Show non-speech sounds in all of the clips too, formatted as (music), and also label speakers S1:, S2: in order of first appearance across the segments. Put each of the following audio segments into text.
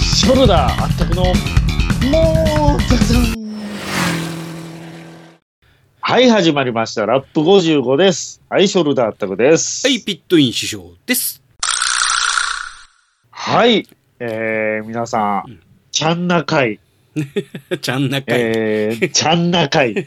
S1: ショルダーあったくの、もう、ザザンはい、始まりました。ラップ55です。はい、ショルダーあったくです。
S2: はい、。ピットイン師匠です。 (laughs)
S1: はい。えー、皆さ
S2: うん
S1: ん、ちゃんな会、
S2: ちゃんな会。
S1: えー、ちゃんな
S2: (laughs)
S1: 会。ね、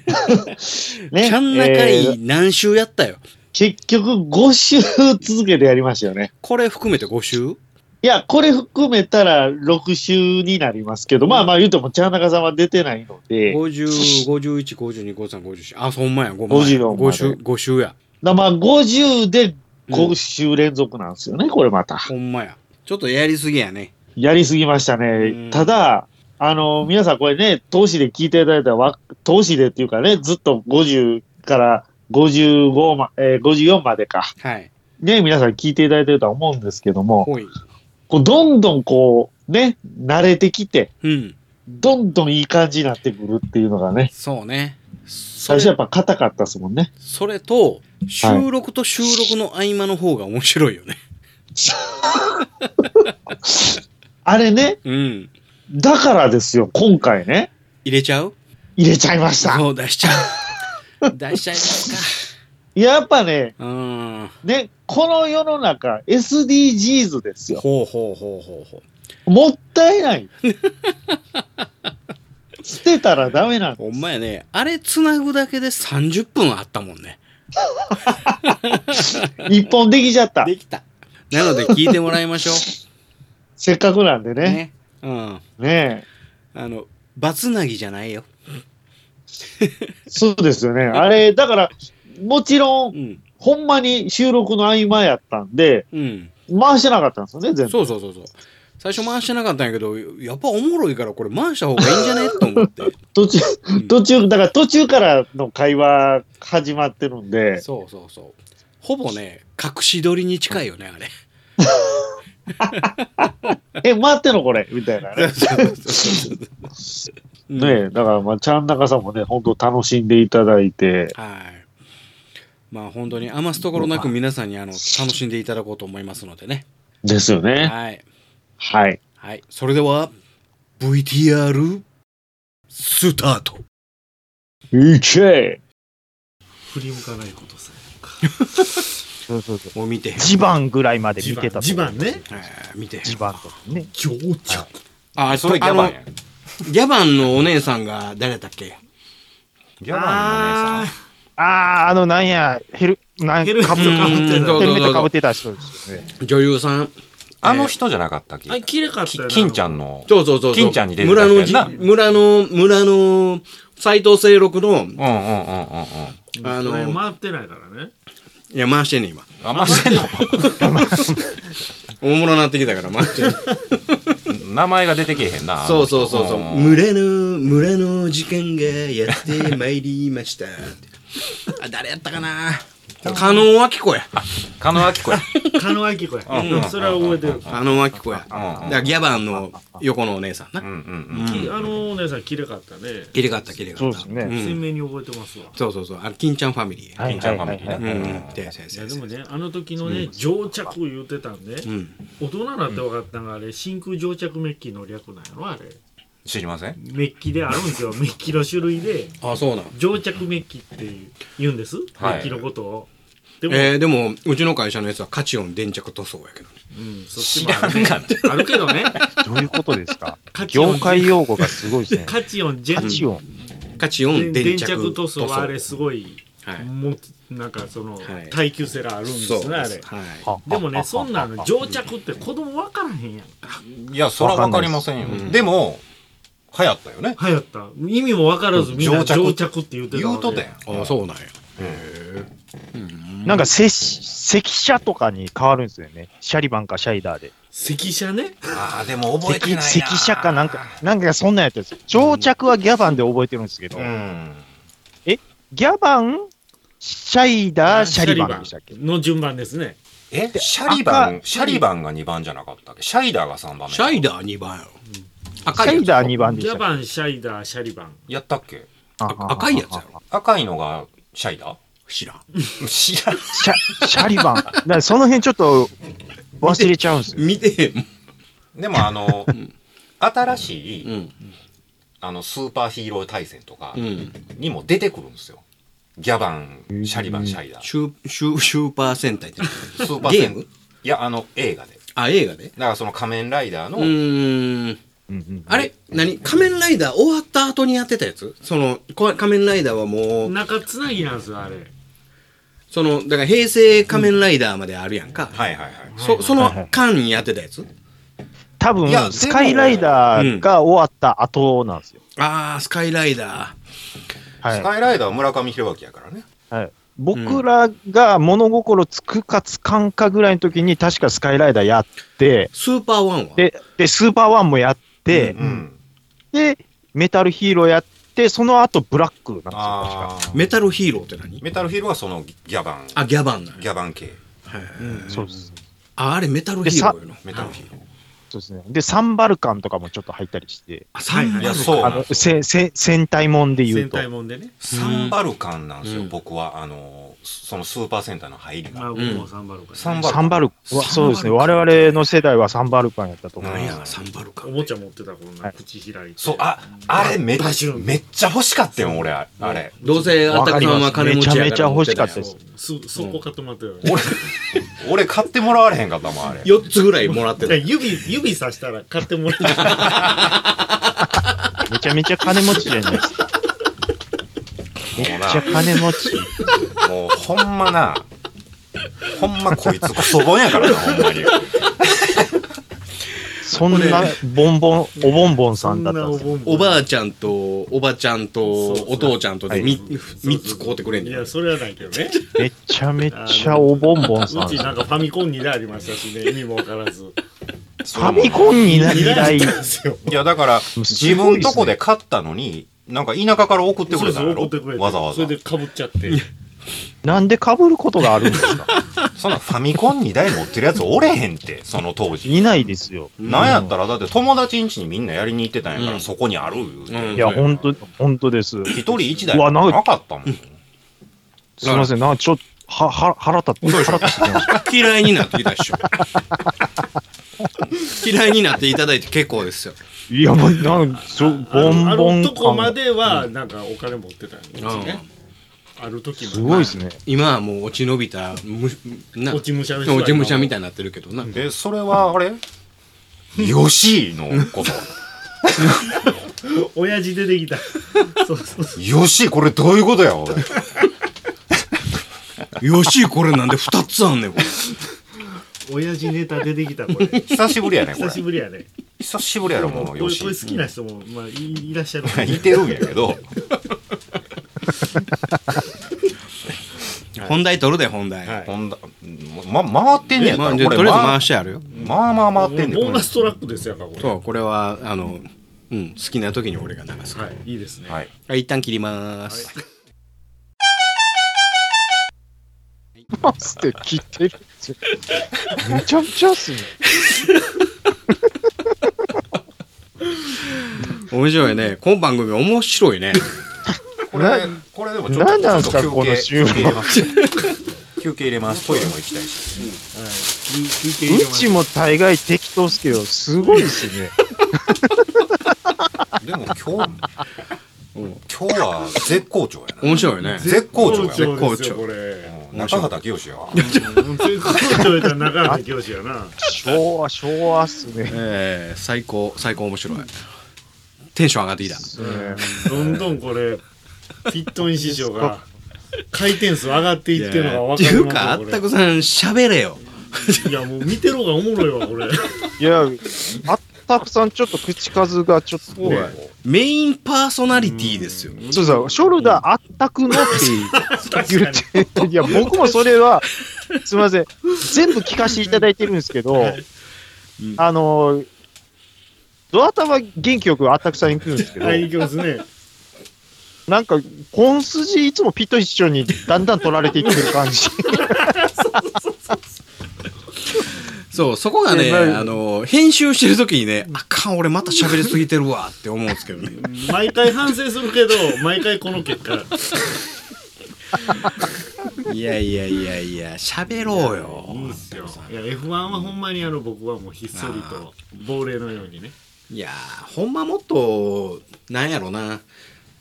S2: ちゃんな
S1: え
S2: 会
S1: ー
S2: 何週やったよ。
S1: 結局5週続けてやりましたよね。
S2: これ含めて5週
S1: いや、これ含めたら6週になりますけど、まあまあ言うても、ちゃんなかさんは出てないので、
S2: ?50、51、52、53、54。あ、そんまや、5万や。
S1: 54まで
S2: 5週、5週や。
S1: だまあ50で
S2: うん
S1: 5週連続なんですよね、これまた。
S2: ほんまや。ちょっとやりすぎやね。
S1: やりすぎました
S2: うん
S1: ね。ただ、あの、皆さんこれね、投資で聞いていただいたらわ、投資でっていうかね、ずっと50から55ま、えー54までか。
S2: はい。
S1: ね、皆さん聞いていただいてるとは思うんですけども、
S2: ほい。
S1: こうどんどんこう、ね、慣れてきて、
S2: うん。
S1: どんどんいい感じになってくるっていうのがね、
S2: そうね。そ
S1: 最初や
S2: れ
S1: っぱ硬かったですもんね。
S2: それと、収録と収録の合間の方が面白いよね。
S1: あれね、
S2: うん。
S1: だからですよ、今回ね、
S2: 入れちゃう
S1: 入れちゃいました。
S2: そう、出しちゃう。出しちゃいます
S1: やっぱね、
S2: か。うん。
S1: ね、この世の中、SDGs ですよ。
S2: ほうほうほうほうほう。
S1: もったい
S2: (laughs)
S1: ない。捨てたらダメなんだ
S2: ほんまやね。あれ繋ぐだけで30分あったもんね。
S1: 一本できちゃった。
S2: できた。なので聞いてもらいましょ
S1: せっかくなんで
S2: う。
S1: ね。
S2: (laughs) ね。うん。
S1: ね
S2: あの、バツナギじゃないよ。
S1: そうですよね。あれ、だから、もちろ、
S2: うんん。
S1: ほんまに収録の合間やったんで、
S2: うん。
S1: 回してなかったんですよね、全部。
S2: そうそうそうそう。最初回してなかったんやけど、やっぱおもろいからこれ回した方がいいんじゃねと思 (laughs) って。
S1: 途中、
S2: うん
S1: 途中、だから途中からの会話始まってるんで、
S2: そうそうそう。ほぼね、隠し撮りに近いよね、あれ。
S1: え、待ってのこれみたいなね。
S2: (laughs) そうそうそうそううん
S1: ねえ、だから、まあ、ちゃん中さんもね、本当楽しんでいただいて、
S2: はい。まあ本当に余すところなく皆さんにあの楽しんでいただこうと思いますのでね。
S1: ですよね。
S2: はい。
S1: はい。
S2: はい。それでは、VTR、スタート。
S1: いけ
S3: 振り向かないことさ
S4: そうそうそう。
S2: もう見て。
S4: 地盤ぐらいまで見てたと。
S3: 地盤ね
S2: えー見て。
S4: 地盤とかね。
S3: 強弱
S2: あ、
S5: それギャバンやん。
S2: あのギャバンのお姉さんが誰だっけ
S5: ギャバンのお姉さん。
S4: ああ、あの、なんや、ヘル、なん
S3: ヘルメッ
S4: か
S3: ト
S4: ぶ
S3: 被
S4: っ
S3: って
S2: うん
S3: た
S4: ヘルメットかぶってた人ですよね。
S2: 女優さん。
S5: あの人じゃなかったっけ
S3: あれ綺麗かったよな
S5: 金ちゃんの。
S2: そうそうそうそう。
S5: 金ちゃんに出てた
S2: 村
S5: 人
S2: の
S5: や
S2: じ、
S5: な
S2: 村の、村の、斎藤清六の、
S5: うんうんうんうんうん。
S2: あ
S3: これ
S2: の、
S3: 回ってないからね
S2: いや、回してんねん今。
S5: あんましてん
S2: 大物なってきたから回してんねん
S5: の名前が出てけえへん
S2: (laughs)
S5: な。
S2: そうそうそうそう。
S5: んんん
S2: 村の、村の時間がやってまいりました。 (laughs) あ、誰やったかな加納明子や。
S5: 狩野明子や。
S3: 狩野明子
S5: うんうん
S3: やそれは覚えてる
S2: あの、あきこや。だ
S5: う
S2: か
S5: ん
S2: らギャバンの横のお姉さん
S5: う
S2: な。
S5: んうん
S3: きあのお姉さん綺麗かったね
S2: きれかった、きれか
S4: そう
S2: っ
S4: で
S2: た。
S4: すね。
S2: ん
S3: 鮮明に覚えてますわ
S2: そうそうそう。あの、金ちゃんファミリー。
S4: はい
S5: 金ちゃんファミリーね
S2: うんうん。でせや
S3: い
S2: せや
S3: やで
S2: せや
S3: もねあの時のね乗着言うてたんで
S2: うん。
S3: 大人になって分かったのがあれ真空乗着メッキの略なんやろあれ
S5: 知りません
S3: メッキであるんですよメッキの種類で
S2: あ、そうなん。
S3: 乗着メッキって言うんですメ
S5: はい
S3: ッキのことをでも
S2: えー、でも、うちの会社のやつはカチオン電着塗装やけどね。
S3: うんそっちもあるねあるけどね
S4: どういうことで
S3: (laughs)
S4: すか
S3: カチオ
S4: 業
S3: ン
S4: 界用語がす
S3: (laughs)
S4: ごいですね。
S3: カチオンジェ
S4: カチオン。
S2: カチオン
S3: で
S2: 電
S3: 電
S2: 着
S3: 着
S2: 塗
S3: 塗
S2: 装。
S3: 装はあれすごい、
S2: はい
S3: もうなんかその、
S2: はい
S3: 耐久性があるんです
S2: そ
S3: ね
S2: う。
S3: あ
S2: は
S3: れ
S2: い。
S3: でもねそんなの乗着って子供分からへんやん
S5: いや、そらわかりませんよ。でも、流行ったよね。
S3: はやった意味も分からずみんな乗
S5: 乗着
S3: 着って言ってた
S5: 言
S3: わ
S5: う
S3: け
S5: とてん。
S2: あ、そうなんや。
S4: なんか、せ、石車とかに変わるんですよね。シャリバンかシャイダーで。
S3: 赤車ね
S5: ああ、でも覚えて
S4: 石、
S5: ないな。
S4: 石車かなんか、なんかそんなんやったんですよ。乗着はギャバンで覚えてるんですけど
S5: う、ん。
S4: ギャバン、シャイダー、シャリバンでしたっけ
S3: シャリバンの順番ですね
S5: え、シャリバン、
S4: 赤
S5: シャリバンが2番じゃなかったっけシャイダーが3番目。
S2: シャイダー2番やろ。
S4: シ
S2: 赤
S4: ャイ
S2: いや
S4: ダー2番で
S3: ギ
S4: し
S3: ャ
S4: たっ
S3: バンシャイダーシャリバン
S5: やったっけ
S4: け
S2: つ。赤いやつやろ。
S5: 赤いのがシャイダ
S2: 知らん。
S5: ー知らん。
S4: シャシャリバン。だからその辺ちょっと忘れちゃうんですよ。
S2: 見てへんもん。
S5: でもあの、新しい、
S2: うん。
S5: あのスーパーヒーロー対戦とか
S2: うん。
S5: にも出てくるんですよ。ギャバン、シャリバン、シャイダー。
S2: シュー、シュー、シューパー戦隊って。
S5: スーパー
S2: ゲ
S5: 戦
S2: ーム
S5: いや、あの、映画で。
S2: あ、映画で
S5: だからその仮面ライダー
S2: う
S5: の、
S2: ーん。
S4: うんうん
S2: あれ何仮面ライダー終わった後にやってたやつその、こ仮面ライダーはもう、
S3: 中つなぎなんですよ、あれ。
S2: その、だから平成仮面ライダーまであるやんか。
S5: はいはいはい。
S2: そ、その間にやってたやつ
S4: 多
S5: いやで
S4: 分、
S5: も
S4: スカイライダーが終わった後なんですよ。
S2: あー、スカイライダ
S4: は
S5: ス
S4: い。
S5: カイライダーは村上弘明やからね。
S4: はい、僕らが物心つくかつかんかぐらいの時に、確かスカイライダーやって
S2: ー。、スーパーワンは
S4: で、でスーパーワンもやって、
S5: うん。
S4: で、メタルヒーローやって、その後ブラックなんですよ、確か。
S5: ああ。
S2: メタルヒーローって何
S5: メタルヒーローはそのギャバン、
S2: あ、ギャバンなんや
S5: ギャバン系、
S2: はい
S4: そうです。
S2: あ、あれメタルヒーローやの。
S5: メタルヒーロー。
S4: そうですね。で、サンバルカンとかもちょっと入ったりして、
S2: あ、サンバ
S5: いや、
S2: ル
S5: そう
S2: カ。
S5: な
S4: あ
S5: ん
S4: の、
S5: ですよ
S4: せ、せ、戦隊もんで言う
S3: 戦
S4: と。
S3: 隊もんでね。
S5: サンバルカンなんですよ、
S2: うん
S5: 僕は。あの、そのスーパーセンターの入り
S3: まあ、
S5: が。
S3: 僕もサンバルカ、ね
S5: サンバルカ
S4: サ
S5: ン
S4: ン。バルカン
S2: サンバル
S4: は、
S2: カン
S4: そうですね。我々の世代はサンバルカンやったと
S2: (laughs)
S4: 思い
S2: 何
S4: ます。
S2: やろ、サンバルカ
S3: お。もちゃ持ってた、こんな口開いて。
S5: そう、あ、あれめっ
S3: バシュン
S5: めっちゃ欲しかったよ、俺、あれ。
S2: どうせ、あたくさんは金持ちやから
S4: めちゃめちゃ欲しかった
S3: そ
S4: で
S3: う
S4: す
S3: すそこかと思ったよね。
S5: 俺、俺買ってもらわれへんかったもん、あれ。
S2: 4つぐらいもらってた。
S3: 指、指さしたら買ってもらえた。
S4: めちゃめちゃ金持ちじゃないですか。めっちゃ金持ち。
S5: もうほんまな、ほんまこいつクソボンやからな、ほんまに。
S4: そんな、ボンボン、おボンボンさんだった
S3: お
S4: んですよ。
S3: 盆
S2: おばあちゃんと、おばちゃんと
S3: そうそ、う
S2: お父ちゃんとで
S4: はい
S2: み三つ買うてくれん
S3: い
S2: じゃん
S3: や、。それはないけどね。
S4: めちゃめちゃおボンボンさん。
S3: うち
S4: フ
S3: なんかファミコン2台ありましたし
S2: (laughs)
S3: ね、意味もわからず。
S4: ァミコンになりたい。
S3: ですよ。
S5: いや、だから、
S4: す
S5: 自
S4: ごいっす
S5: 分
S4: ね
S5: とこで買ったのに、なんか田舎から送ってく
S3: そうで
S5: れ
S3: す、
S5: たんや
S3: 怒
S5: ろ
S3: ってくれて。
S5: わざわざ
S3: そ。れで被っちゃって。
S4: なんで被ることがあるんですか
S5: そんなファミコン2台持ってるやつおれへんって、その当時。
S4: いないですよ。
S5: なんやったら、だって友達ん家にみんなやりに行ってたんやから、
S2: うん
S5: そこにある言うて
S2: うん
S4: いや、ほんと、ほんとです。
S5: 一人一台
S4: うわなんか
S5: なかったもん。
S4: すみません、なんかちょっと、は、は、腹立って、腹立ってきました。
S2: 嫌いになってきたでしょ。嫌いになっていただいて結構ですよ。
S4: いや、もう、なんか、そう、ボンボ
S3: あの
S4: ン
S3: とこま
S4: 感。
S3: では、なんかお金持ってたんですね。ある時
S4: す
S3: ま
S4: ごい
S3: で。
S4: ですね。
S2: 今はもう落ち延びた、むな、
S3: 落ち武者ですわ
S2: 落ち武者みたいになってるけどな。
S5: え、それはあ
S3: (laughs)
S5: れ吉井のこと。
S3: 親父出てきた。そうそうそう。
S5: 吉井、これどういうことや、俺。
S2: よし、これなんで二つあんねん、これ。
S3: 親父ネタ出てきた、こ
S2: (laughs)
S3: れ。
S5: 久しぶりやね、これ
S3: 久。しぶりやね。
S5: 久しぶりやろ、も
S3: こ
S5: う、
S3: れ
S5: よ
S3: これ
S5: し。
S3: 好きな人も、まあ、いいらっ
S2: (laughs)
S3: しゃる。
S5: いてるんやけど、
S2: 本題取るで、本題。
S3: はい
S5: ほんだ、ま、回ってんねやった
S2: まあ、
S5: ら、
S2: じゃあ
S5: これ、
S2: とりあえず
S5: まあ
S2: 回してあるよ。
S5: まあまあ回ってんね
S3: ボー
S5: ん。は
S3: ナストラックですよ、これ。
S2: そう、これは、あの、うん、好きな時に俺が流すから。
S3: はい、いいですね。
S5: い。
S2: はい、一旦切ります。
S4: マスで切ってる。めちゃめちゃっすね。
S2: 面白いね。この番組面白い
S3: (laughs)
S2: ね。
S5: これ、これでもちょっと、
S4: なんなんすか
S5: ちょっと
S4: この
S5: 休
S4: 収
S5: 憩
S4: 録
S5: 入れます。休憩入れます。トイレも行きたいし。
S3: はい休休憩入れ
S4: う
S3: ます
S4: ちも大概適当っすけど、すごいっすね。
S5: でも今日、今日は絶好調やな。
S2: 面白いね。
S5: 絶好調や
S3: 絶
S5: な。
S3: 好調
S2: 絶好調
S3: これ。
S5: うん中畑清やわ。
S3: うん絶好調やったら中原教師やな。
S4: 昭和、昭和っすね。
S2: えー、最高、最高面白い。テンション上がってきた。
S3: どんどんこれ、ピットイン師匠が回転数上がっていってるのが
S2: って
S3: 分か
S2: い
S3: る
S2: う
S3: もん
S2: か、あ
S3: だ
S2: っ
S3: これ
S2: たくさん喋れよ。
S3: いや、もう見てる方がおもろいわ、
S2: (laughs)
S3: これ。
S4: いや、あったくさん、ちょっと口数がちょっとね。
S2: メインパーソナリティですよ。
S4: そうそう、ショルダーあったくのって言って、いや、僕もそれは、すみません、全部聞かせていただいてるんですけど、あの、ドアタは元気よくあったくさんに来るんですけど、
S3: はい、行きますね。
S4: なんか、本筋いつもピット一緒にだんだん取られていってる感じ。
S2: そう、そこがね、
S4: えーまあ
S2: あの、編集してる時にね、あかん、俺また喋りすぎてるわって思うんですけどね。
S3: 毎回反省するけど、毎回この
S2: (laughs)
S3: 結果。
S2: いやいやいやいや、喋ろうよ
S3: い。いっすよ。いや、F1 はほんまにあの僕はもうひっそりと、亡霊のようにね。
S2: いやー、ほんまもっと、なんやろな、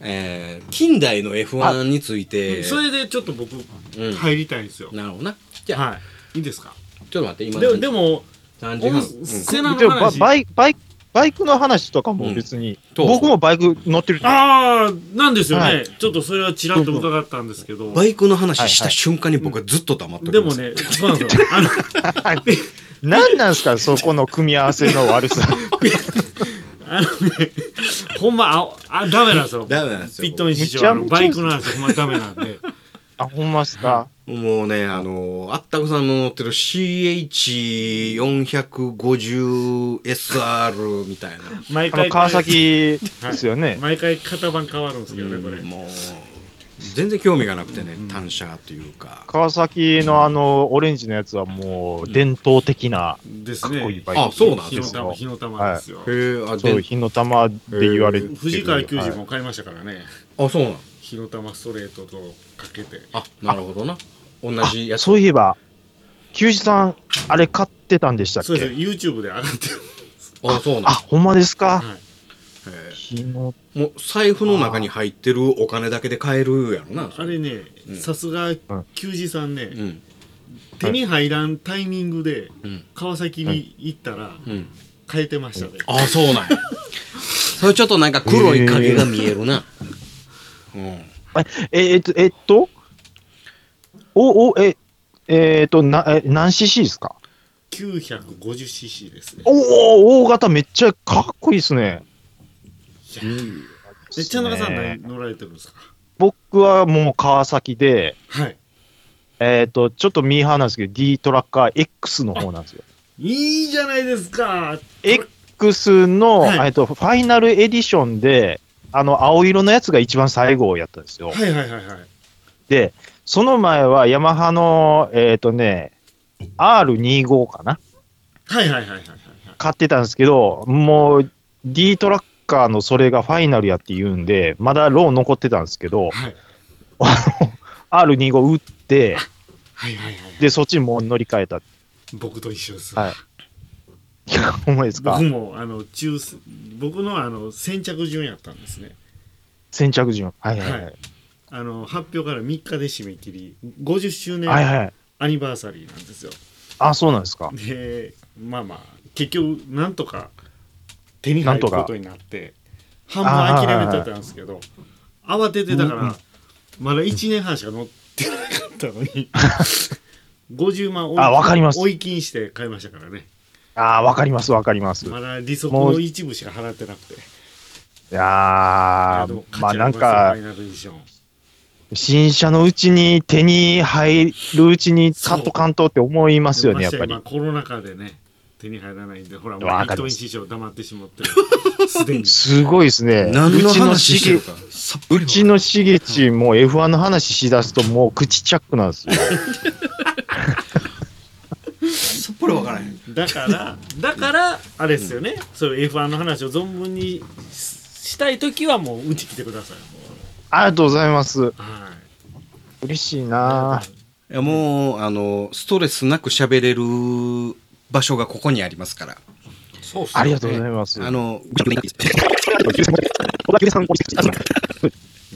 S2: えー、近代の F1 について、
S3: それでちょっと僕
S2: うん
S3: 入りたいんですよ、
S2: なるほどな。じゃあ、
S3: はいいいですか
S2: ちょっと待って、今、
S3: ででも
S2: 何時
S3: おむ
S2: 半
S3: セナ
S4: で
S3: の
S4: もバ
S3: 話
S4: バイバイバイクの話とかも別に、
S2: うん
S4: 僕もバイク乗ってる
S3: ああなんですよね、
S4: はい
S3: ちょっとそれはちらっと伺ったんですけど
S2: バイクの話した瞬間に僕はずっと黙って
S3: でも、ねそうなんですよあの
S4: 何なんすか、そこの組み合わせの悪さ。
S3: あのね、ほんま、あ、あダメなんですよ。
S2: ダメなんですよ
S3: ピットイン師匠、あの
S4: めちゃめ
S3: バイ
S4: ちゃ
S3: クの話、ほんまダメなんで。
S4: あ、ほんまっすか。
S2: もうね、あの、あったくさんの乗ってる CH450SR みたいな。
S3: 毎
S4: あの
S3: 回。
S4: 川崎ですよね。
S3: 毎回型番変わるんですけどね、これ。
S2: もう、全然興味がなくてね、単車というか。
S4: 川崎のあの、オレンジのやつはもう、伝統的な、
S3: です
S4: かっ
S3: ね。
S4: こいいバイク。
S2: あ、そうなん
S3: 火
S2: で
S3: の
S2: す
S4: よ
S3: 玉、火の玉ですよ。
S2: へえ、あ、
S4: そう、
S2: で、
S4: 火の玉で言われてる。
S3: 藤川球児
S4: はい
S3: も買いましたからね。
S2: あ、そうなん。
S3: 火の玉ストレートとかけて。
S2: あ、なるほどな。同じや
S4: あ
S2: つ。
S4: そういえば、球児さん、あれ買ってたんでしたっ
S3: そうです
S4: け
S3: ね、YouTube で上がってる。
S2: あ、そうな
S4: あ、
S2: ん。
S4: ほんまですか。
S3: はい
S2: へ
S4: 火の、
S2: えもう財布の中に入ってるお金だけで買えるやろな。
S3: あれね
S2: う、ん
S3: さすが球児さんね、
S2: うん。
S3: 手に入らんタイミングで
S2: うん、
S3: 川崎に行ったら、
S2: うん。
S3: 変えてましたね。
S2: あ、そうなんや。 (laughs) それちょっとなんか黒い影が見えるな。うん。
S4: え、えっと、えっと、お、お、え、えっと、な、え、何 cc ですか
S3: 950cc ですね。
S4: おお、大型めっちゃかっこいいですね。
S3: え、ちゃなかさん
S4: ね
S3: 何乗られてるんですか
S4: 僕はもう川崎で、
S3: はい。
S4: えっ、と、ちょっとミーハーなんですけど、D トラッカー X の方なんですよ。
S3: いいじゃないですか。
S4: X の、
S3: はい
S4: えっと、ファイナルエディションで、あの、青色のやつが一番最後をやったんですよ。
S3: はいはいはいはい。
S4: で、その前はヤマハの、えっ、とね、R25 かな
S3: はいはいはいはいはい。
S4: 買ってたんですけど、もう D トラッカーのそれがファイナルやって言うんで、まだロー残ってたんですけど、
S3: はい
S4: R25 打って、
S3: はいはいはい。
S4: で、そっちにもう乗り換えた。い
S3: 僕と一緒です。
S4: はいや、ほんまですか
S3: 僕。も、あの、中す、僕のあの、先着順やったんですね。
S4: 先着順。はいはいはい
S3: は。あの、発表から3日で締め切り、50周年
S4: はいはい。
S3: アニバーサリーなんですよ。
S4: あ、そうなんですか。
S3: で、まあまあ、結局、なんとか手に入ることになって、半分諦めてたんですけど、慌ててだから、まだ1年半しか乗ってなかったの
S4: (laughs)
S3: に、50万追い
S4: あわかります
S3: 追い金して買いましたからね。
S4: あーわかりますわかります。い
S3: まだ利息の一部しか払ってなくて。
S4: や
S3: でも
S4: ーまあなん
S3: 勝ち、上
S4: か
S3: がりますよファイナルディション
S4: 新車のうちに手に入るうちにカットカントって思いますよね、やっぱり
S3: まし。て今コロナ禍でね、手に入らないんで、ほら、も
S4: わ
S3: う
S4: かり
S3: 一
S4: ます
S3: 師匠黙ってしまって
S4: (laughs)
S3: る。すでに。
S4: すごいですね。
S2: (laughs) 何の
S4: うちの
S2: 話
S4: し
S2: して
S4: げ
S2: る、か。さっぱり
S4: う
S2: わ
S4: ちのしげちも F1 の話しだすともう口チャックなんですよ。
S2: さっぱりわからへん。(laughs)
S3: だから、だから、あれですよね、そういう F1 の話を存分にししたいときはもう、うち来てください。
S4: ありがとうございま
S3: は
S4: す。嬉しいない
S2: やもうあのストレスなく喋れる場所がここにありますから。
S5: そうっす
S4: ありがとうございます。
S2: あの
S3: い。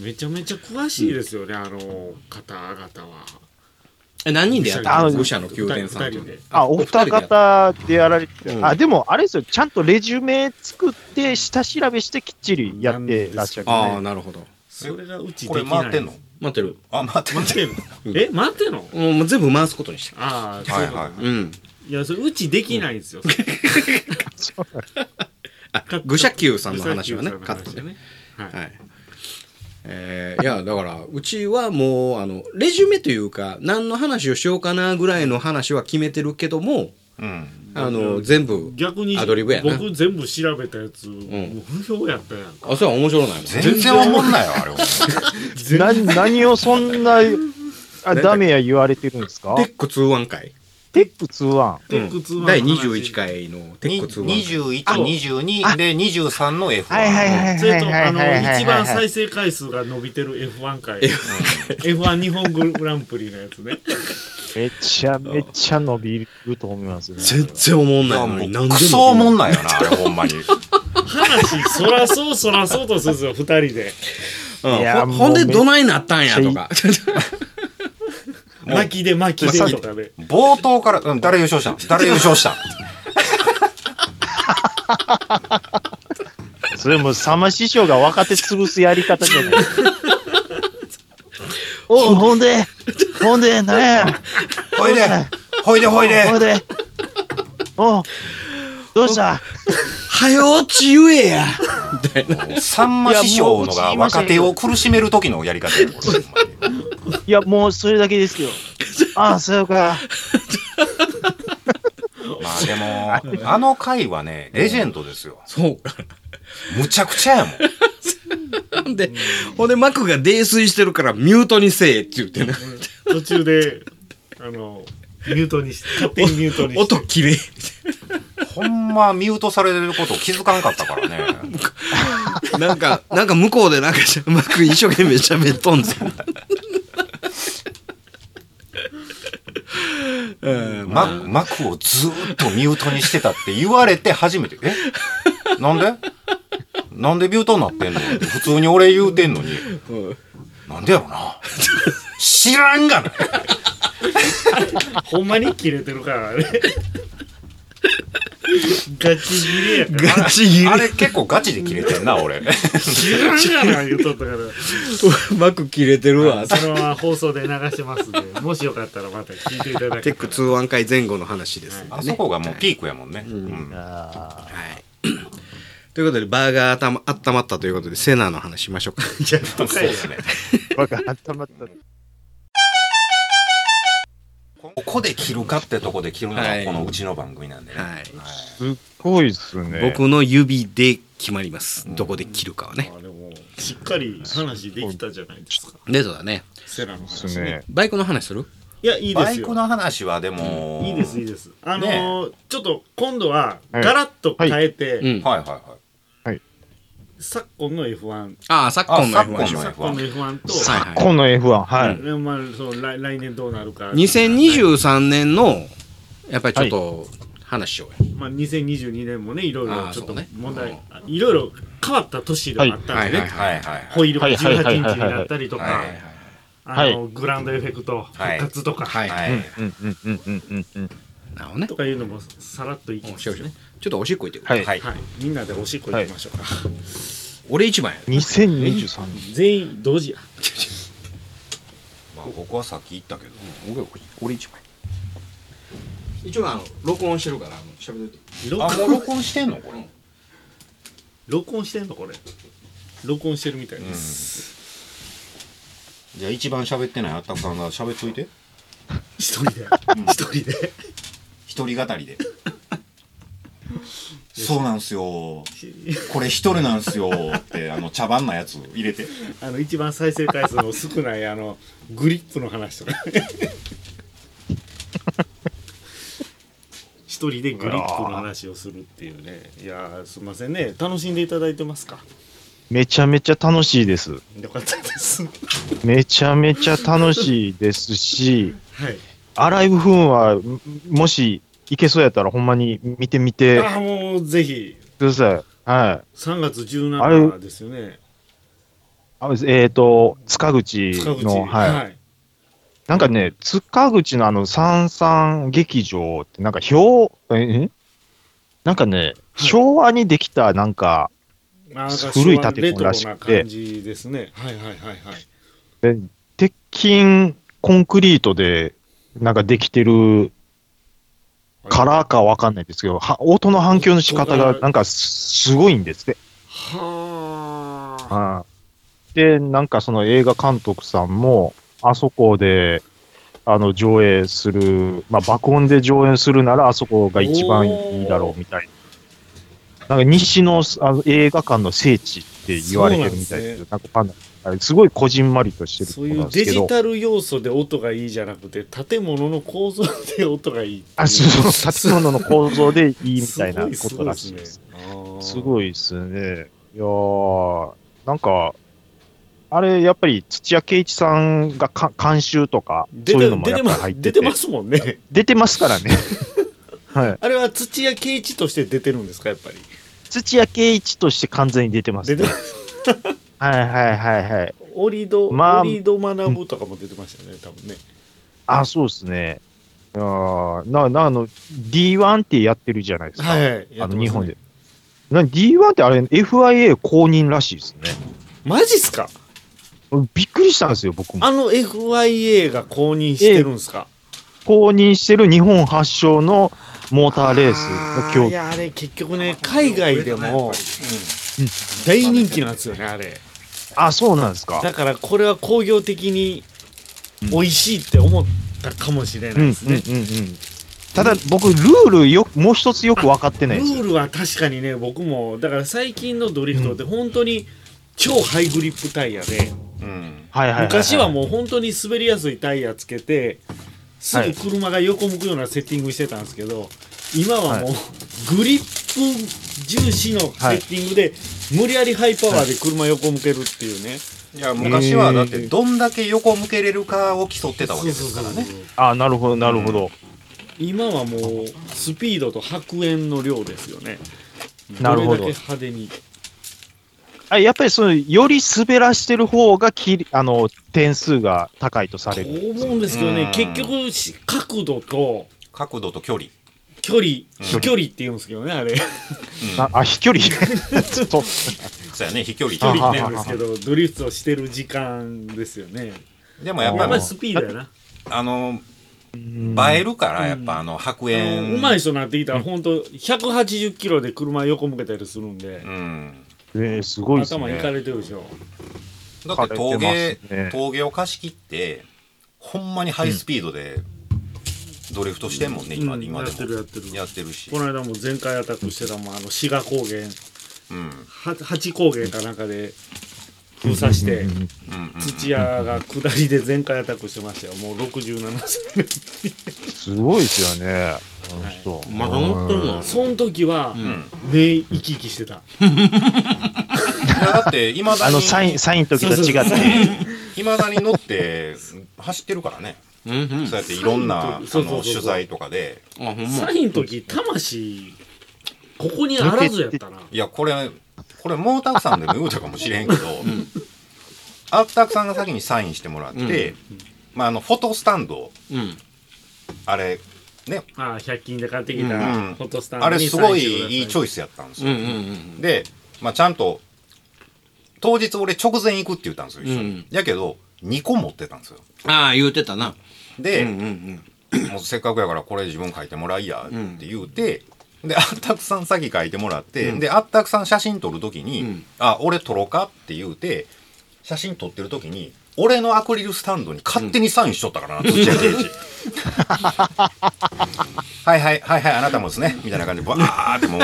S3: めちゃめちゃ詳しいですよね、あの方々は。
S2: え何人でやった
S4: あの
S2: 武者の宮殿さんと
S3: 二人で。
S4: あ、お二方でやられて、
S2: うん
S4: あ、でも、あれですよ、ちゃんとレジュメ作って、下調べしてきっちりやってらっしゃる。
S2: ああーなるほど。
S3: それがうちできな
S5: これ
S3: い。
S5: 回ってんの
S2: 待ってる。
S5: あ、回ってん
S3: 待ってんのえ、待ってんの
S2: もうもう全部回すことにした。
S3: ああ、
S5: の
S3: そう
S5: はいいう
S3: こと
S5: はい。
S2: うん。
S3: いや、それうちできないん (laughs) ですよ。
S2: あ愚者宮さんの話はね
S3: 愚
S2: カ
S3: 者宮さん
S2: ッ
S3: の話
S2: トで
S3: は
S2: ね。
S3: ね。はい
S2: はい。えーいやだからうちはもうあのレジュメというか何の話をしようかなぐらいの話は決めてるけども
S5: うん。
S2: あの全部
S3: 逆に
S2: アドリブやな
S3: 僕全部調べたやつ、もう不評やったやん
S2: あそれは面白ないもん
S5: 全然思んないよ、あれ。
S4: な何をそんな、あダメや言われてるんですか
S2: テック2-1回。
S4: テック2-1。
S3: テック2
S2: 第21回のテック2-1。
S5: 21、22で23の F1。
S4: はいはいはいはい
S3: それと、
S4: はい
S3: あ
S4: はいはい
S3: の、
S4: はい
S3: 一番再生回数が伸びてる F1 回。F1 日本グランプリのやつね。
S4: めちゃめちゃ伸びると思いますね。
S2: 全然思んないのに
S5: いや
S2: 何
S5: も
S2: で
S5: うクソおもん
S2: ない
S5: ないよな、あれ、ほんまに。
S3: 話そらそうそらそうとするんですよ二人で
S2: うん
S4: いや
S2: ほ
S4: もう
S2: ほんでどないなったんやとか
S5: もう
S3: 巻きで巻きでとかで
S5: 冒頭から、うん、誰優勝したん誰優勝 (laughs) したん
S4: それもう、さま師匠が若手潰すやり方じゃない。おう、ほんで、ほんで、なんや、
S5: ほいで、ほいでほいで
S4: ほんで、おう、どうした
S2: はよ落ちゆえ
S5: (laughs)
S2: や
S5: さんま師匠のが若手を苦しめる時のやり方やこれほんまに
S4: いや、もうそれだけですよ。ああ、そうか。
S5: まあでも、あの回はね、レジェンドですよ。
S2: そうか
S5: むちゃくちゃやもん。
S2: ほんで、ほんで、幕が泥酔してるからミュートにせえって言ってな。
S3: 途中であのミュートにして勝手にミュートにして
S2: 音きれい。
S5: ほんまミュートされてること気づかんかったからね。
S2: なんか、なんか向こうでなんかしゃ、幕一生懸命喋っとんぜ。うん、
S5: ママクをずーっとミュートにしてたって言われて初めて、えなんでなんでミュートになってんのって普通に俺言うてんのに。なんでやろな。知らんがな。
S3: ほんまに切れてるからねガチ切れやから
S2: ガチギ
S5: あれ結構ガチで切れてんな、俺。
S3: 知らんがな言うとったから
S2: リ。幕切れてるわ。
S3: そのまま放送で流してますんでもしよかったらまた聞いていただ
S2: テ
S3: け
S2: ック
S3: たら
S2: 2案会前後の話ですんでね。
S5: (laughs) あそこがもうピークやもんね。うん
S4: あ
S2: はい。ということで、バーがあたま、温まったということで、セナの話しましょうか。
S3: やっと
S5: そ
S3: か
S5: う
S3: いや
S5: ですね。
S4: あ、わかった、まった。
S5: ここで切るかってとこで切るの
S2: は
S5: が
S2: い
S5: このうちの番組なんでね。
S2: はい
S4: すっごいっすね。
S2: 僕の指で決まります。どこで切るかはね。
S3: あでもしっかり話できたじゃないですか
S2: で、そうだね。
S3: セラの
S4: で
S3: 話
S4: す
S3: ね
S4: ね。
S2: バイクの話する
S3: いやいいで
S5: バ
S3: す
S5: イ
S3: よ
S5: クの話はでも、
S3: いいですいい
S5: で
S3: ですあのーちょっと今度はガラッと変えて、
S2: うん。
S5: はいはいはい。
S3: 昨今の F1
S2: ああ、昨今の
S5: あ昨今
S2: F1
S5: の
S2: 賞。
S3: 昨今の F1 と、
S2: はいはい
S4: この F1、はい。
S3: ねまあ、その来来年どうなるか
S2: 2023年のやっぱりちょっと話しようよ、
S3: まあ、2022年もねいろいろ
S2: あー
S3: ちょっ
S2: そう
S3: と
S2: ね
S3: 問題あいろいろ変わった年ではあったん
S2: はいはい
S3: でね
S5: はいはい。
S3: ホイールが
S4: はいはいは
S3: 18日
S4: いはい
S3: になったりとか
S5: はいはい
S3: あの
S4: は
S3: グランドエフェクト復活とか、
S2: はい
S5: は
S4: うん
S5: い。
S4: うんうんうんうんうんうん。
S2: なるほどね
S3: とかいうのもさらっといき
S2: お
S3: ま
S2: しようし
S3: す
S2: よう
S3: ね、
S2: ちょっとおしっこいってくる、
S4: はい。
S5: はい。
S3: はい、みんなでおしっこ行きましょうか、
S2: 俺一番や
S4: 2023年。
S3: 全員同時や
S5: まあ、僕はさっき言ったけど、
S2: 俺俺一番一応あの録音してるからあの喋る
S3: 録
S5: あ、もう
S3: 音
S5: 録音してんのこれ。
S3: 録音してんのこれ録音してるみたいです、
S5: じゃあ一番喋ってないあったくさんが喋っといて。
S3: 一人で一人で
S5: 一人語り (laughs) で。そうなんすよ。これ一人なんすよって、あの、茶番なやつ入れて。
S3: あの一番再生回数の少ないあのグリップの話とか
S4: (laughs)
S3: 一人でグリップの話をするっていうねいやーすいませんね楽しんでいただいてますか
S4: めちゃめちゃ楽しいです。
S3: よかったですは
S4: めちゃめちゃ楽しいですし、
S3: い
S4: アライブフーンは、んもし行けそうやったら、ほんまに見てみて
S3: ああもうぜひ
S4: ください。はい。
S3: 3月
S4: あれ
S3: 17日ですよね
S4: あえっ、と、塚口
S3: 塚口
S4: の、はい。
S3: はい、
S4: なんかね、塚口のあの、三三劇場って、なんか表、ええなんかね、昭和にできた、なんか、
S3: なんか
S4: 古い
S3: 昭和
S4: 建物らしくて
S3: レトロな感じですねはいはいはいはい
S4: 鉄筋コンクリートで、なんかできてる、カラーかわかんないですけど、は音の反響の仕方が、なんかすごいんですって。
S3: はあ
S4: はいで、なんかその映画監督さんも、あそこで、あの、上映する、まあ、爆音で上映するなら、あそこが一番いいだろうみたいな。なんか西のあの映画館の聖地って言われてるみたいですよ。なんかパンダあれすごいこじんまりとしてると
S3: そ
S4: こ
S3: う
S4: ろ
S3: い
S4: なん
S3: う
S4: です
S3: デ
S4: け
S3: ジ
S4: ど。
S3: タル要素で音がいいじゃなくて建物の構造で音がいいっていう
S4: あ、そうそう、建物の構造でいい
S3: (laughs)
S4: みたいなことらしいです。す
S3: い
S4: ごいですね。いやー、なんか、あれ、やっぱり土屋圭一さんがか監修とか、
S3: 出
S4: そういう
S3: て
S4: のも
S3: 出
S4: や
S3: て
S4: っぱ
S3: ま
S4: り入っ
S3: す出
S4: てて
S3: てますもんね (laughs)
S4: 出てますからね。はい。
S3: あれは土屋圭一として出てるんですかやっぱり
S4: 土屋圭一として完全に出てます、
S3: 出
S4: ね
S3: て。ま
S4: はいはいはいはい。
S3: オリド、
S4: まあ
S3: オリド学ぶとかも出てましたよね、多分ね。
S4: あ、そうですね。あーな、な、あの、D1 ってやってるじゃないですか。
S3: はいはい。や
S4: あ
S3: ってます
S4: の、
S3: ね
S4: 日本で。。な D1 ってあれ、FIA 公認らしいですね。
S3: マジっすか
S4: びっくりしたんですよ、僕も。
S3: あの FIA が公認してるんすか
S4: 公認してる日本発祥のモーターレース
S3: あ
S4: の
S3: ー
S4: 競
S3: い
S4: 技。
S3: や、あれ結局ね、海外でも大人気なんですよね、あれ。
S4: あ、そうなんですか。
S3: だからこれは工業的に美味しいって思ったかもしれな
S4: う
S3: い
S4: んうんう
S3: で
S4: ん
S3: すね。
S4: うん。ただ、僕、ルールよ、もう一つよく分かってない
S3: ル
S4: です。
S3: ールは確かにね、僕も、だから最近のドリフトって本当に超ハイグリップタイヤで、
S5: うん。
S4: はいはいいい。
S3: 昔はもう本当に滑りやすいタイヤつけて、すぐ車が横向くようなセッティングしてたんですけど、今はもうグリップ重視のセッティングで、無理やりハイパワーで車横向けるっていうね。
S5: いや、昔はだって、どんだけ横向けれるかを競ってたわけですからね。
S4: あ、なるほど、なるほど。
S3: 今はもうスピードと白煙の量ですよね。
S4: なるほど
S3: れだけ派手に。
S4: あやっぱりその、より滑らしてる方がきり、あの、点数が高いとさ
S3: と
S4: れる。
S3: 思うんですけど
S5: う
S3: ね
S5: ん、
S3: 結局し角度と
S5: 角度と距離。
S3: 距離、飛距離って言うんですけどね、あれ。
S4: あ、あ飛
S3: (laughs)
S4: 距離。そう
S5: そうやね、飛距離。
S3: 距離って
S4: あ
S3: 言
S4: は
S3: うんですけど、ドリフトしてる時間ですよね。
S5: でもやっ
S3: や
S5: ぱ
S3: っぱ
S5: り
S3: り、スピードやな。
S5: あの、
S4: うん
S5: 映えるから、やっぱあの、白
S3: う
S5: 煙。
S3: まい人になってきたら、ほんと180キロで車横向けたりするんで
S5: う、ん。
S4: えー、すごいです
S3: 頭い
S4: ね。
S3: かれてるでしょ。
S5: だって陶芸
S4: 枯れてますね、
S5: 陶芸を貸し切って、ほんまにハイスピードで、ドリフトしてんもんね、今、
S3: うん
S5: 今で
S3: やってるや
S5: も
S3: っ。てる。
S5: やってるし
S3: こ。の間も全開アタックしてたもん、あの、志賀高原、
S5: うん。うん
S3: は八高原かなんかで封鎖して、
S5: うん。
S3: 土屋が下りで全開アタックしてましたよ。もう67歳。
S4: すごいですよね。あの人。
S2: まだ乗ってるの
S3: その時は、
S5: うん
S3: 目生き生きしてた。
S5: いやだって、いまだ
S4: あ
S5: に
S4: の、、サイン、サインの時と違
S3: そうそう
S4: って。
S5: いまだに乗って、走ってるからね。
S2: うんうん
S5: そうやっていろんな、あ
S3: そうそうそうそう
S5: の、取材とかで。
S2: あほんま
S3: サインの時、魂、ここにあらずやったな。
S5: いや、これ、これ、毛沢さんでも言うたかもしれんけど、あったくさんが先にサインしてもらって、まあ、あの、フォトスタンド、
S2: うん
S5: あれ、ね、
S3: ああ、100均で買ってきた
S5: うん
S3: フォトスタンド
S5: あれ
S3: に
S5: す
S3: サイ
S5: ご
S3: ン
S5: い
S3: してくださ
S5: いいチョイスやったんです
S2: うんう
S5: よ。
S2: んうん
S5: で、まあ、ちゃんと、当日俺直前行くって言ったんですよ、一緒に。
S2: うん
S5: やけど、2個持ってたんですよ。
S2: ああ言うてたなう
S5: で、
S2: んうん
S5: もうせっかくやからこれ自分書いてもらいやって言うて、であったくさん先書いてもらって、であったくさん写真撮る時に
S2: う
S5: 「
S2: ん
S5: あ俺撮ろうか」って言うて写真撮ってる時に俺のアクリルスタンドに勝手にサインしとったからな、土屋圭一はいはいはいはいあなたもですねみたいな感じでバ
S3: (laughs)
S5: ーってもう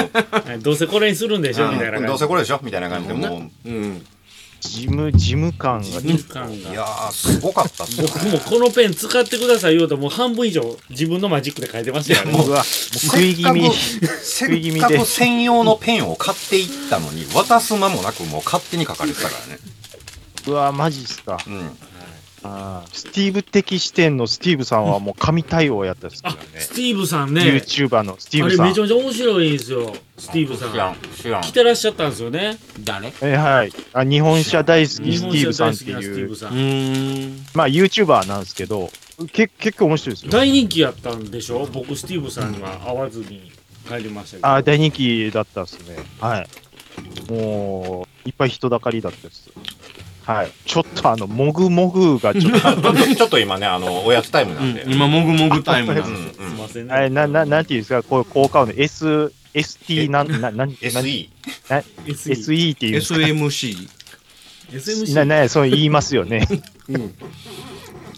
S3: はいどうせこれにするんでしょみたいな
S5: うん
S3: 感じ。
S5: どうせこれでしょみたいな感じでも
S2: うんうん
S4: 事務、事務官が。
S3: 時間
S5: うい
S3: が
S5: やーすごかったっすね
S3: 僕もこのペン使ってください言うともう半分以上自分のマジックで書いてましたよね。
S4: うわ、もう食い気味。
S5: せ
S4: 食い気
S5: っ
S4: 味
S5: か
S4: で
S5: く専用のペンを買っていったのに渡す間もなくもう勝手に書かれてたからね
S4: うわ、マジっすか。
S5: うん
S4: あースティーブ的視点のスティーブさんはもう神対応やったですけど
S3: あ
S4: ね、。
S3: スティーブさんね。
S4: YouTuber のスティ
S3: あ
S4: ーブ
S3: れ
S4: さ
S3: め
S4: ん
S3: ち。ゃめちゃ面白いんですよ。スティーブさ
S5: 知ら
S3: ん
S5: ん。知らん
S3: 来てらっしゃったんですよね。
S2: 誰
S4: えはいあ。日本車大好き
S3: 日
S4: ステ
S3: 本
S4: ィ
S3: 車
S4: ーブさん
S3: 大
S4: っ
S3: 好
S4: て
S3: きなスティ
S4: い
S3: ー
S4: う
S3: ブ、さ。
S2: うんーん
S4: まあ YouTuber なんですけど、け結構面白いですよ。
S3: 大人気やったんでしょ僕スティーブさんには会わずに帰りましたけど。
S4: あー大人気だったですね。はい。もう、いっぱい人だかりだったです。はい。ちょっとあの、もぐもぐがちょっと、 (laughs)
S5: ちょっとちょっと今ね、あの、おやつタイムなんで。
S2: 今もぐもぐタイムな
S5: うん
S2: んです
S5: う
S3: すい
S5: ん
S3: ませんね。
S4: あれな、な、なんていうんですか、こう、効果音、S、ST なん、な、なん、なん
S5: SE。
S3: SE。
S4: SE っていうんですか
S2: SMC
S3: SMC
S4: な、。な、そう言いますよね。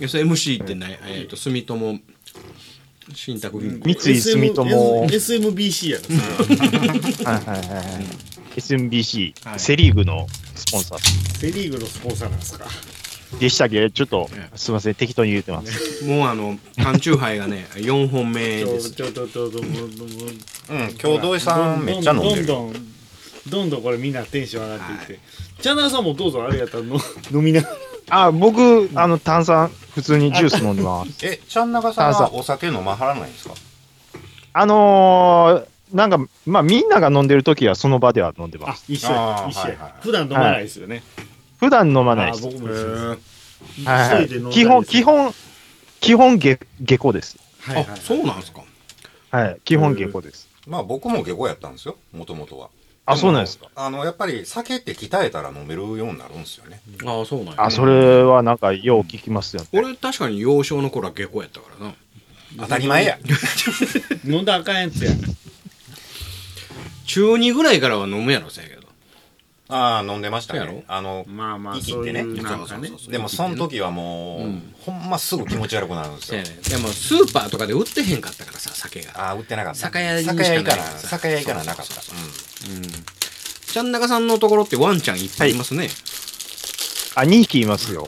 S2: SMC ってねえっと住友信託銀行
S4: 三井住友
S3: SM SMBC やな。
S4: はいはいはいはい。SMBC、
S2: はい
S4: セ・リーグのスポンサー
S3: セリーグのスポンサーなんですか。
S4: でしたっけちょっと
S2: え、
S4: すみません、適当に言ってます。
S2: もうあの缶チューハイがね4本 (laughs) 目
S3: ち
S2: で
S3: ょ
S2: す
S3: ちょちょちょちょもうもうもう
S5: うん、今日土井さんめっちゃ飲んでる。
S3: どんどんどんどんこれみんなテンション上がっていって。チャンナーさんもどうぞあれやったらの飲みながら。
S4: あ、僕、あの、炭酸、普通にジュース飲んでます。
S5: え、ちゃんなかさん
S4: 炭
S5: は
S4: 酸
S5: お酒飲まはらないんですか
S4: あのー、なんか、まあみんなが飲んでる時はその場では飲んでま
S3: あ
S4: す。、
S3: 一緒や
S5: あー
S3: 一緒や
S5: はいはい
S3: 普段飲まないですよね。
S4: 普段飲ま
S3: あ
S4: ない
S3: ー
S4: です。
S3: 僕も一緒
S2: ー
S3: です
S4: はい
S3: 一人で飲んだりする
S4: 基本、基。本、基本下下校です。
S3: はいはいは
S2: あ
S3: い
S2: そうなんですか
S4: はい。基本下校です。
S5: まあ僕も下校やったんですよ、もともとは。
S4: あ、そうなんですか。
S5: か。あの、やっぱり酒って鍛えたら飲めるようになるんですよね。
S2: ああそうなんや
S4: あ、それはなんかよう聞きますよね。
S2: 俺確かに幼少の頃は下校やったからな
S5: 当たり前や。
S3: 飲んだらあかんやつや。
S2: 中2ぐらいからは飲むやろせやけど
S5: ああ、飲んでました
S2: そうやろ
S5: ね。あの、
S3: まあまあ、
S5: 息
S3: そ
S5: っ
S3: う
S5: て
S3: い
S5: ね
S3: うなんかね
S2: そうそう。
S5: でもその時はもう、
S2: うん
S5: ほんますぐ気持ち悪くなるんです
S2: せ
S5: よ
S2: や。ねんでもスーパーとかで売ってへんかったからさ酒が
S5: ああ、売ってなかった。
S2: 酒屋にしか
S5: 酒屋行
S2: ない
S5: かな
S2: からさ
S5: 酒屋行かななかった。
S2: そう
S5: うん
S2: ちゃん中さんのところってワンちゃんいっぱいいますね、
S4: あ、2匹いますよ。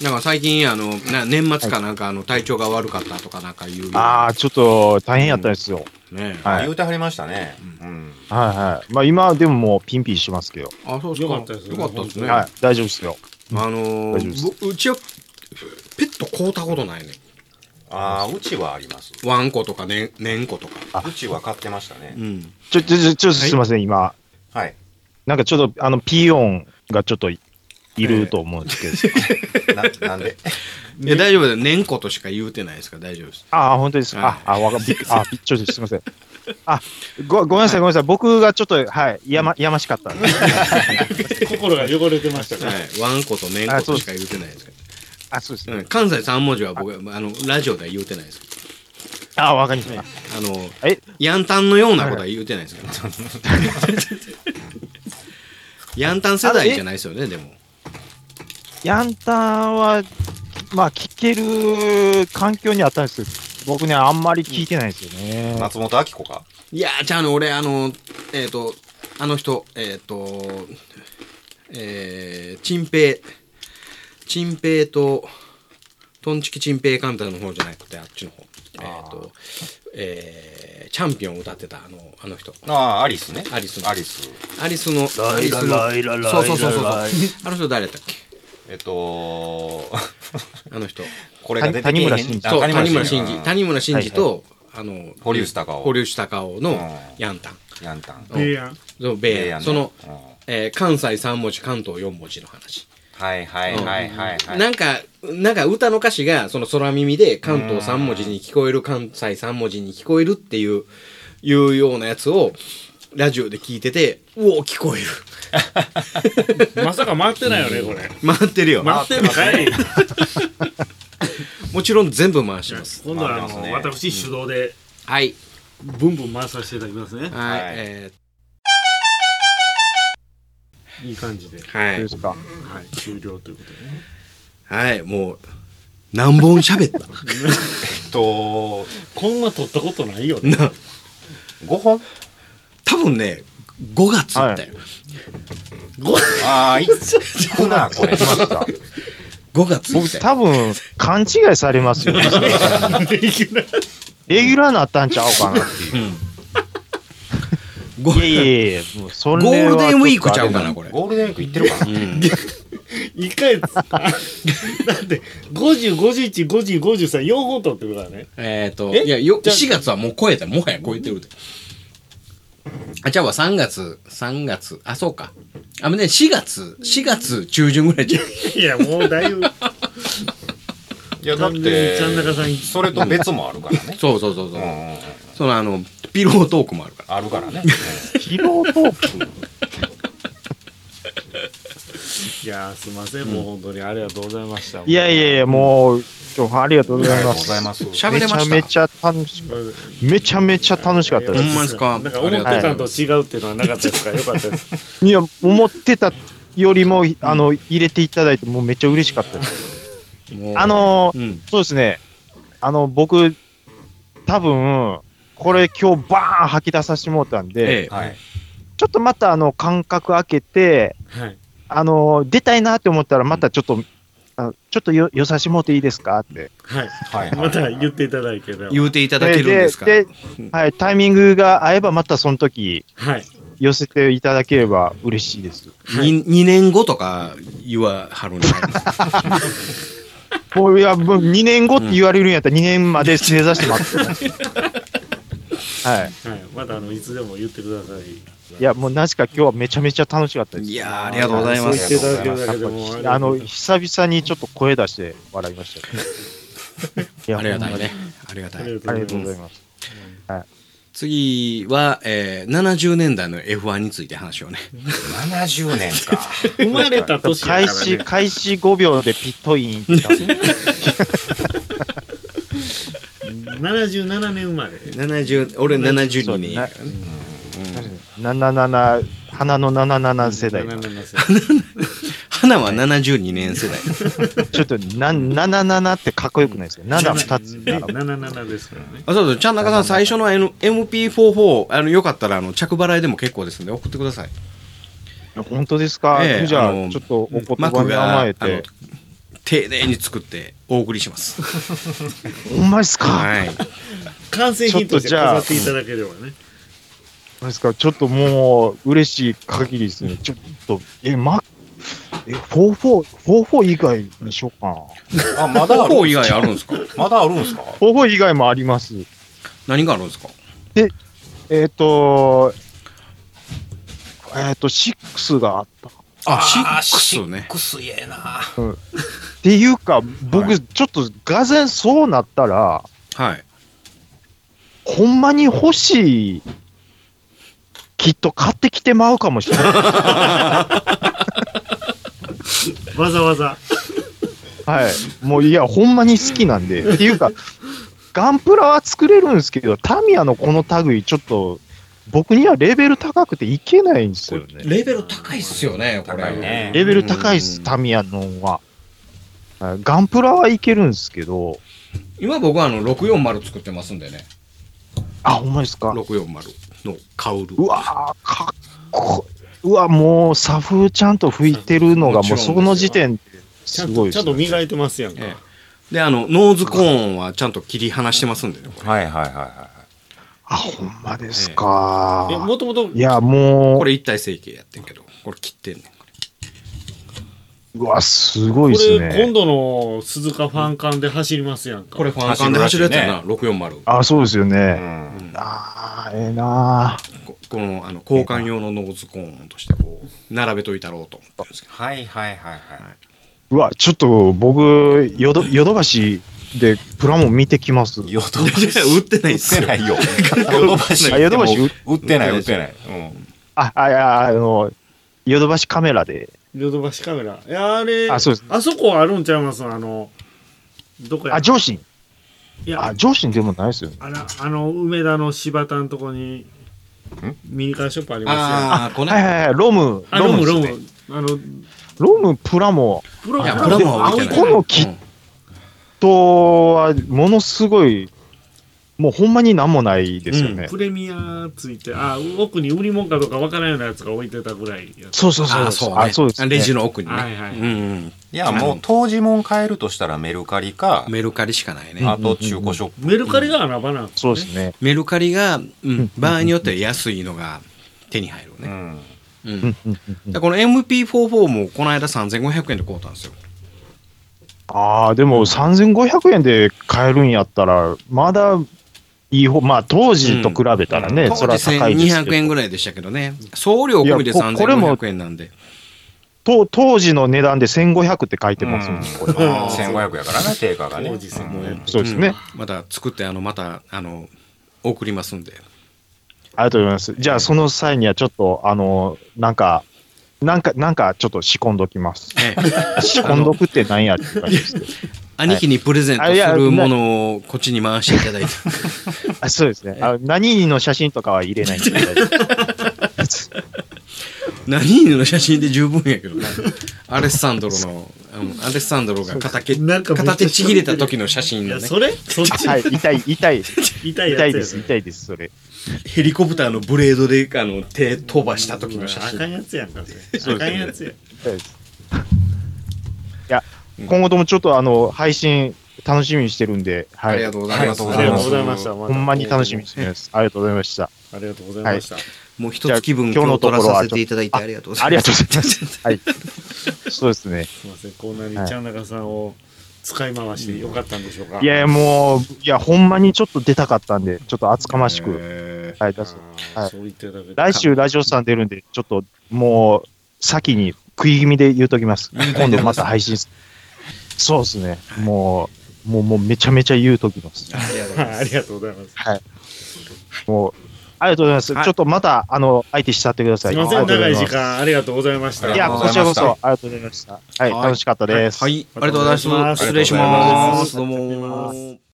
S2: なんか最近あのな年末かなんかあの体調が悪かったとかなんかいう
S4: ああ、ちょっと大変やったんですよ。
S2: ねえ
S4: はい
S5: 言うてはりましたね。うん。
S4: はいはい。まあ今でももうピンピンしてますけど。
S2: あそうです
S3: よかったです
S2: よ
S3: よ
S2: かったですね、
S4: はい。大丈夫ですよ。
S2: あの
S4: 大丈夫です
S2: ーぼうちはペット買うたことないね
S5: ああ、うちはあります。
S2: ワンコとかねねんことか
S5: うちは買ってましたね
S2: う。ん
S4: ちょ、ちょ、ちょ、ちょすいません、今。
S5: はい。
S4: なんかちょっと、あの、ピーヨンがちょっといいると思うんですけど。
S5: ななん
S4: (laughs)
S5: で
S2: いや大丈夫ですねんことしか言うてないですから大丈夫です
S4: ああ、本当ですか。
S2: はい
S4: あ、あ、わかびっくあ、びっちょりすいません。あ、ご、ごめんなさい、ごめんなさい。僕がちょっと、はい、やま、やましかったんで。
S3: 心が汚れてましたから。
S2: はい、ワンコとメンコとしか言うてないですけ
S4: あ、そうです
S2: ど、うん
S4: ね。
S2: 関西三文字は僕あのラジオでは言うてないですけ
S4: あ、わかりました。
S2: どあの
S4: え、
S2: ヤンタンのようなことは言うてないですけど、 (laughs) ヤンタン世代じゃないですよねでも
S4: ヤンタンは、まあ、聞ける環境にあったんですけど、僕ね、あんまり聞いてないんですよね。
S5: 松本明子か
S2: いやーじゃああの俺あのえっ、とあの人えっ、とえー、チンペイチンペイとトンチキチンペイカンタの方じゃなくてあっちの方えっ、とえー、チャンピオンを歌ってたあのあの人
S5: ああ、アリスね。
S2: アリス
S5: アリス。
S2: アリスのアリスのそうそうそうそうあの人誰だったっけ
S5: えっ
S4: (laughs)
S5: と、
S2: あの人
S5: これが出て
S4: 谷
S5: けえへん
S4: 村新司
S5: あ
S2: そう
S5: 谷
S2: 谷村
S5: 村
S2: 新
S5: 新
S2: 司
S5: 司。
S2: 谷村新司と、あの
S5: 堀内孝雄
S2: 堀内孝雄の
S5: うん
S2: ヤンタン
S5: うんヤンタン。
S2: うん
S3: 提案。
S2: そう米
S5: ええ
S2: ヤ
S5: や
S2: ン
S5: ん
S2: その、
S5: うん
S2: えー関西3文字関東4文字の話、
S5: はいはいはいはいはい。
S2: なんかなんか歌の歌詞がその空耳で関東3文字に聞こえる関西3文字に聞こえるっていういうようなやつをラジオで聞いててうお聞こえる
S3: まさか回ってないよね、これ。
S2: 回ってるよ、
S3: 回ってるかい。
S2: もちろん全部回してます
S3: 今度はあ
S5: 回って
S3: の、
S5: ますね
S3: 私主導で、
S2: はい
S3: ブンブン回させていただきますね。
S2: はい、
S5: はい
S2: え
S3: いい感じで。
S2: ー
S3: は
S4: そう
S2: は
S4: で
S2: い
S4: すか。
S3: い、終了ということでね。
S2: はいもう何本喋った
S5: えっと、
S3: こんな撮ったことないよね。
S2: な
S5: 5本
S2: 多分ね5月だったよ、
S5: ああ、
S2: (laughs)
S5: いくな、これ。
S2: 5月
S4: 僕、
S2: だよ
S4: 多分、勘違いされますよ。レギュラーなったんちゃうか
S2: (laughs)
S4: なっていう。
S2: ゴ
S4: いやいやいや、もう
S2: ゴ
S4: それは
S2: ールデンウィークちゃうかなこれ
S5: ゴールデンウィーク行ってる (laughs) かな
S3: 一回ですかだって、50、51、50、53、4本撮ってるからね。
S2: えっと
S3: え
S2: いやよ
S3: じゃあ
S2: 4月はもう超えたもはや超えてるであじゃあ3月3月あそうかあもうね4月4月中旬ぐらいじゃん
S3: いや、もうだいぶ、
S5: いや、だっ
S3: 完全にちゃん中
S5: て、
S3: さん、
S5: それと別もあるからね。
S2: そうそうそうそう、
S5: (laughs) うんうんうん
S2: そのあのピロートークもあるから
S5: (laughs) あるからね。
S4: 疲労トーク。
S3: いやーすいません、もう本当にありがとうございました。
S4: いやいやいや、もう、今日はありがとう
S5: あ
S4: ご
S5: り
S4: ざ
S5: が
S4: い
S5: とう
S4: ま
S5: ご
S4: す。
S5: ざいます。
S2: 喋れました
S4: めちゃめちゃ楽しかった。めちゃめちゃ楽しかった
S2: ほ
S4: で
S2: んまですか
S3: なんか思ってたんと違うっていうのはなかったですから、よかったです。
S4: す。いや、思ってたよりも、あの、入れていただいて、もうめっちゃ嬉しかったです。
S2: もう
S4: あのー、
S2: うん
S4: そうですね。あの、僕、多分、これ今日バーン吐き出させてもらったんで、
S2: ええ
S5: はい。
S4: ちょっとまたあの、間隔空けて、
S3: はい。
S4: あのー、出たいなって思ったら、またちょっと、あのちょっとよ、よさしてもらっていいですかって。
S3: はい。
S5: はい。
S3: また言っていただいてれば
S2: 言うていただけるんですか
S4: で、ではい、タイミングが合えば、またその時、
S3: はい。
S4: 寄せていただければ嬉しいです。
S2: に 2, 年後とか言わはるんじゃないですか
S4: もういや、もう2年後って言われるんやったら2年まで正座して待ってます。
S2: (laughs)
S4: はい。
S3: はい、またあのいつでも言ってください。
S4: いや、もうなしか今日はめちゃめちゃ楽しかったです。
S2: いやーありがとうございます
S3: そう言っていただけるだけでも
S4: あの、久々にちょっと声出して笑いまし
S2: (laughs)
S4: たね。いや
S2: ありがたいね。ありがた
S3: あ
S2: い
S3: り。
S4: ほんま
S3: が
S4: にありが
S3: と
S4: と
S3: う
S4: う
S3: ござ
S4: ござ
S3: い
S4: い
S3: ま。
S4: ますす。
S2: 次は、えー、70年代の F1 について話をね。
S5: 70年 (laughs) か。
S3: 生まれた年やから
S4: 開
S3: ね
S4: 始、開始5秒でピットインって出す
S3: 77年生まれ。
S2: 70俺72年やか
S4: そ
S2: らね
S4: 77、花の77世代。
S3: 77世
S2: 花は72年
S4: (laughs)
S2: 世代。
S4: ちょっとな、77ってかっこよくないですか ?7、2つ。
S3: ね77ですからね。
S2: あ、そうそう、ちゃん中さん、最初の N- MP44、あの、よかったら、あの、着払いでも結構ですんで、送ってください。
S4: 本当ですか、
S2: ええ
S4: じゃ
S2: あ
S4: あ、
S2: の
S4: ちょっとお言
S2: マ
S4: 葉
S2: ク
S4: に
S2: が、
S4: 甘え
S2: あの
S4: て。、
S2: 丁寧に作ってお送りします。
S4: ほんまですか、
S2: はい。
S3: 完成品として飾っていただければね。
S4: そうですか、ちょっともう、嬉しい限りですね。ちょっと、え、ま、え、44、44以外にしようかな。
S5: あ、まだある
S2: 方以外あるんですか
S5: まだあるんですか
S4: 44以外もあります。
S2: 何があるんですか
S4: えっ、と、えっ、と、6があった。っ
S2: あ、シックスね。
S5: クスええな。
S4: ていうか、僕、ちょっと、がぜんそうなったら、
S2: はい。
S4: ほんまに欲しい、きっと買ってきてまうかもし
S2: (laughs)
S4: れない。
S3: わざわざ。
S4: はい。もういや、ほんまに好きなんで。っていうか、ガンプラは作れるんですけど、タミヤのこの類、ちょっと、僕にはレベル高くていけないんですよね。
S2: レベル高いっすよね、これ。
S5: 高いね
S4: レベル高いっす、
S2: うん
S4: タミヤのは。はいガンプラはいけるんですけど、
S2: 今僕はあの、640作ってますんでね。
S4: あ、ほんまですか。
S2: 640のカウル。
S4: うわー、かっこいい。うわ、もう、サフちゃんと拭いてるの
S2: も
S4: が、もう
S2: ちろ
S4: そ
S2: んですよ
S4: の時点、
S3: ちゃ
S4: す
S3: ん
S4: ご
S3: と
S4: いで
S3: ちゃ
S4: す
S3: んと
S4: ね。
S3: 磨いてますやんか。
S2: えで、あの、ノーズコーンはちゃんと切り離してますんでね、これ。
S5: はいはいはいは
S4: あ、ほんまですか
S3: え、。もともと
S4: いや、もう
S2: こ、れ一体成形やってんけど、これ切ってんねん。
S4: うわ、すご
S3: こ
S4: いです
S3: れ今
S4: ね。
S3: 度の鈴鹿ファン館で走りますやんか。
S2: これファンカンで走るやつやな、640。
S4: あ、そうですよ
S5: い。う
S4: ね。
S5: ん
S4: あー、ええなー
S2: ここのあの交換用のノーズコーンとしてこう並べといたろうと思ったんですけど
S5: はいはいはいはい。
S4: うわ、ちょっと僕、ヨドヨドバシでプラモ見てきます。
S5: ヨドバシ
S2: (laughs) い
S5: (laughs)
S2: や売ってないっすよ
S5: 売ってないよ。ヨドバシ
S4: あヨドバシ
S5: でも売ってな
S2: 売
S5: い、売
S2: っ
S5: ってて
S2: な
S5: ないい。
S4: あ、あ、いや、あの、ヨドバシカメラで。
S3: ヨドバシカメラ。いや、あれ、
S4: あそうです
S3: あそこあるんちゃいますあの、どこや
S4: あ、上信。
S3: いや
S4: あ、上信でもないですよね。
S3: あら、あの、梅田の柴田のとこに、ミニカーショップあります
S2: ああこれ
S4: はいはいはい、ロム。
S3: よ。あ、ロム、ロム
S4: ロムですね。。
S3: あの、
S4: ロムプラモ
S3: プロ
S2: いやプラモは置いてない
S4: この切っとは、ものすごい、もうほんまになんもないですよね。
S3: プレミアついて、あ、奥に売り物かどうかわからんようなやつが置いてたぐらいやつ。
S4: そうそうそう。
S2: ああそうね
S4: あそうです、ね。
S2: レジの奥にね、
S3: はいはい
S2: うんうん
S5: いや、もう当時もん変えるとしたらメルカリか、
S2: メルカリしかないね、
S5: あと中古ショップ。
S3: メルカリが穴場なんですね
S4: そうですね。
S2: メルカリが、うん、場合によっては安いのが手に入る
S5: う
S2: ね、
S5: ん。
S2: うん
S4: うんうんうん
S2: でこの MP44 もこの間3500円で買うたんですよ
S4: ああ、でも3500円で買えるんやったら、まだいい方、まあ当時と比べたらね、
S2: 当
S4: そ
S2: 時
S4: れは高いですけ
S2: 1200
S4: ど
S2: 円ぐらいでしたけどね送料込みで
S4: いやここれも
S2: 3500円なんで
S4: 当、当時の値段で1500って書いてますもん、これ。
S5: うん1500やからね、定価がね。
S3: 当時1500
S5: うん
S4: そうですね、
S2: うんまた作ってあのまたあの送りますんで
S4: ありがとうございます。じゃあその際にはちょっと、あの、なんか、なんか、なんかちょっと仕込んどきます。
S2: ええ
S4: (laughs) 仕込んどくってなんやって感じですけど。
S2: 兄貴にプレゼントするものをこっちに回していただ
S3: (laughs)
S2: いて。
S4: あそうですね。あの何々の写真とかは入れな
S3: (laughs)
S4: いんで大丈夫です。
S2: 何人の写真で十分やけどな。アレッサンドロの、うんアレッサンドロが片手
S3: なんかめっちゃ
S2: 片手ちぎれた時の写真
S3: い
S2: の
S3: や、
S2: ね、
S3: それそっち
S4: はい、痛い、痛
S3: 痛
S4: い、
S3: いやつ
S4: 痛
S3: や
S4: いです、痛いです、それ。
S2: ヘリコプターのブレードであの手飛ばした時の写
S3: あか
S2: 真。
S3: んやつやんか、それ。あかんやつや。
S4: いや、今後ともちょっとあの配信楽しみにしてるんで、は
S2: あ
S4: い、
S2: りがとうございます。
S5: あ
S3: ありがとうございました。
S4: ほんまに楽しみに
S3: し
S4: してます。ありがとうござい
S2: (laughs)
S4: ました。
S3: ありがとうございました。
S2: もう一月分
S4: じゃ
S2: 今
S4: あ今
S2: 日
S4: 日のと
S2: 取
S4: こ
S2: ら
S4: ろは
S2: させていただいてありがとうござ
S4: あ
S2: い
S4: り
S2: ま
S4: が
S2: す。
S4: とうございます。はい、そうですね。
S3: すみません、こんなにちゃん中さんを使い回してよかったんでしょうか。
S4: いやいやもう、いや、ほんまにちょっと出たかったんで、ちょっと厚かましく、
S2: え
S3: ね。
S4: はい、出す。
S3: あ
S4: は
S3: ー
S4: い
S3: そう言っていただけて
S4: 来週ラジオさん出るんで、ちょっともう、先に食い気味で言うときます。今度また配信すそうですね。もう、もう、もうめちゃめちゃ言うときます。
S2: ありがとうござい
S3: はい
S2: ま
S3: ありがとうございます。
S4: もう、ありがとうございます。
S2: はい
S4: ちょっとまた、あの、相手しちゃってくださ
S3: すい
S4: い。
S3: ませ
S4: あ
S3: ん、
S4: りがとう
S3: 長い
S4: ござ
S3: 時
S4: ます。
S3: 間ありがとうございました。
S4: いや、
S5: ありがとう
S4: こ
S5: ございま
S4: ち
S5: した
S4: らこそ、ありがとうございました。はい、
S2: はい
S4: 楽しかったです。
S2: はい、ありがとうござい
S3: あ
S2: ま
S3: り
S2: す。失
S3: がとうござい
S2: 礼
S3: ます
S2: します。どう
S3: ありがとうございま
S2: も
S3: す。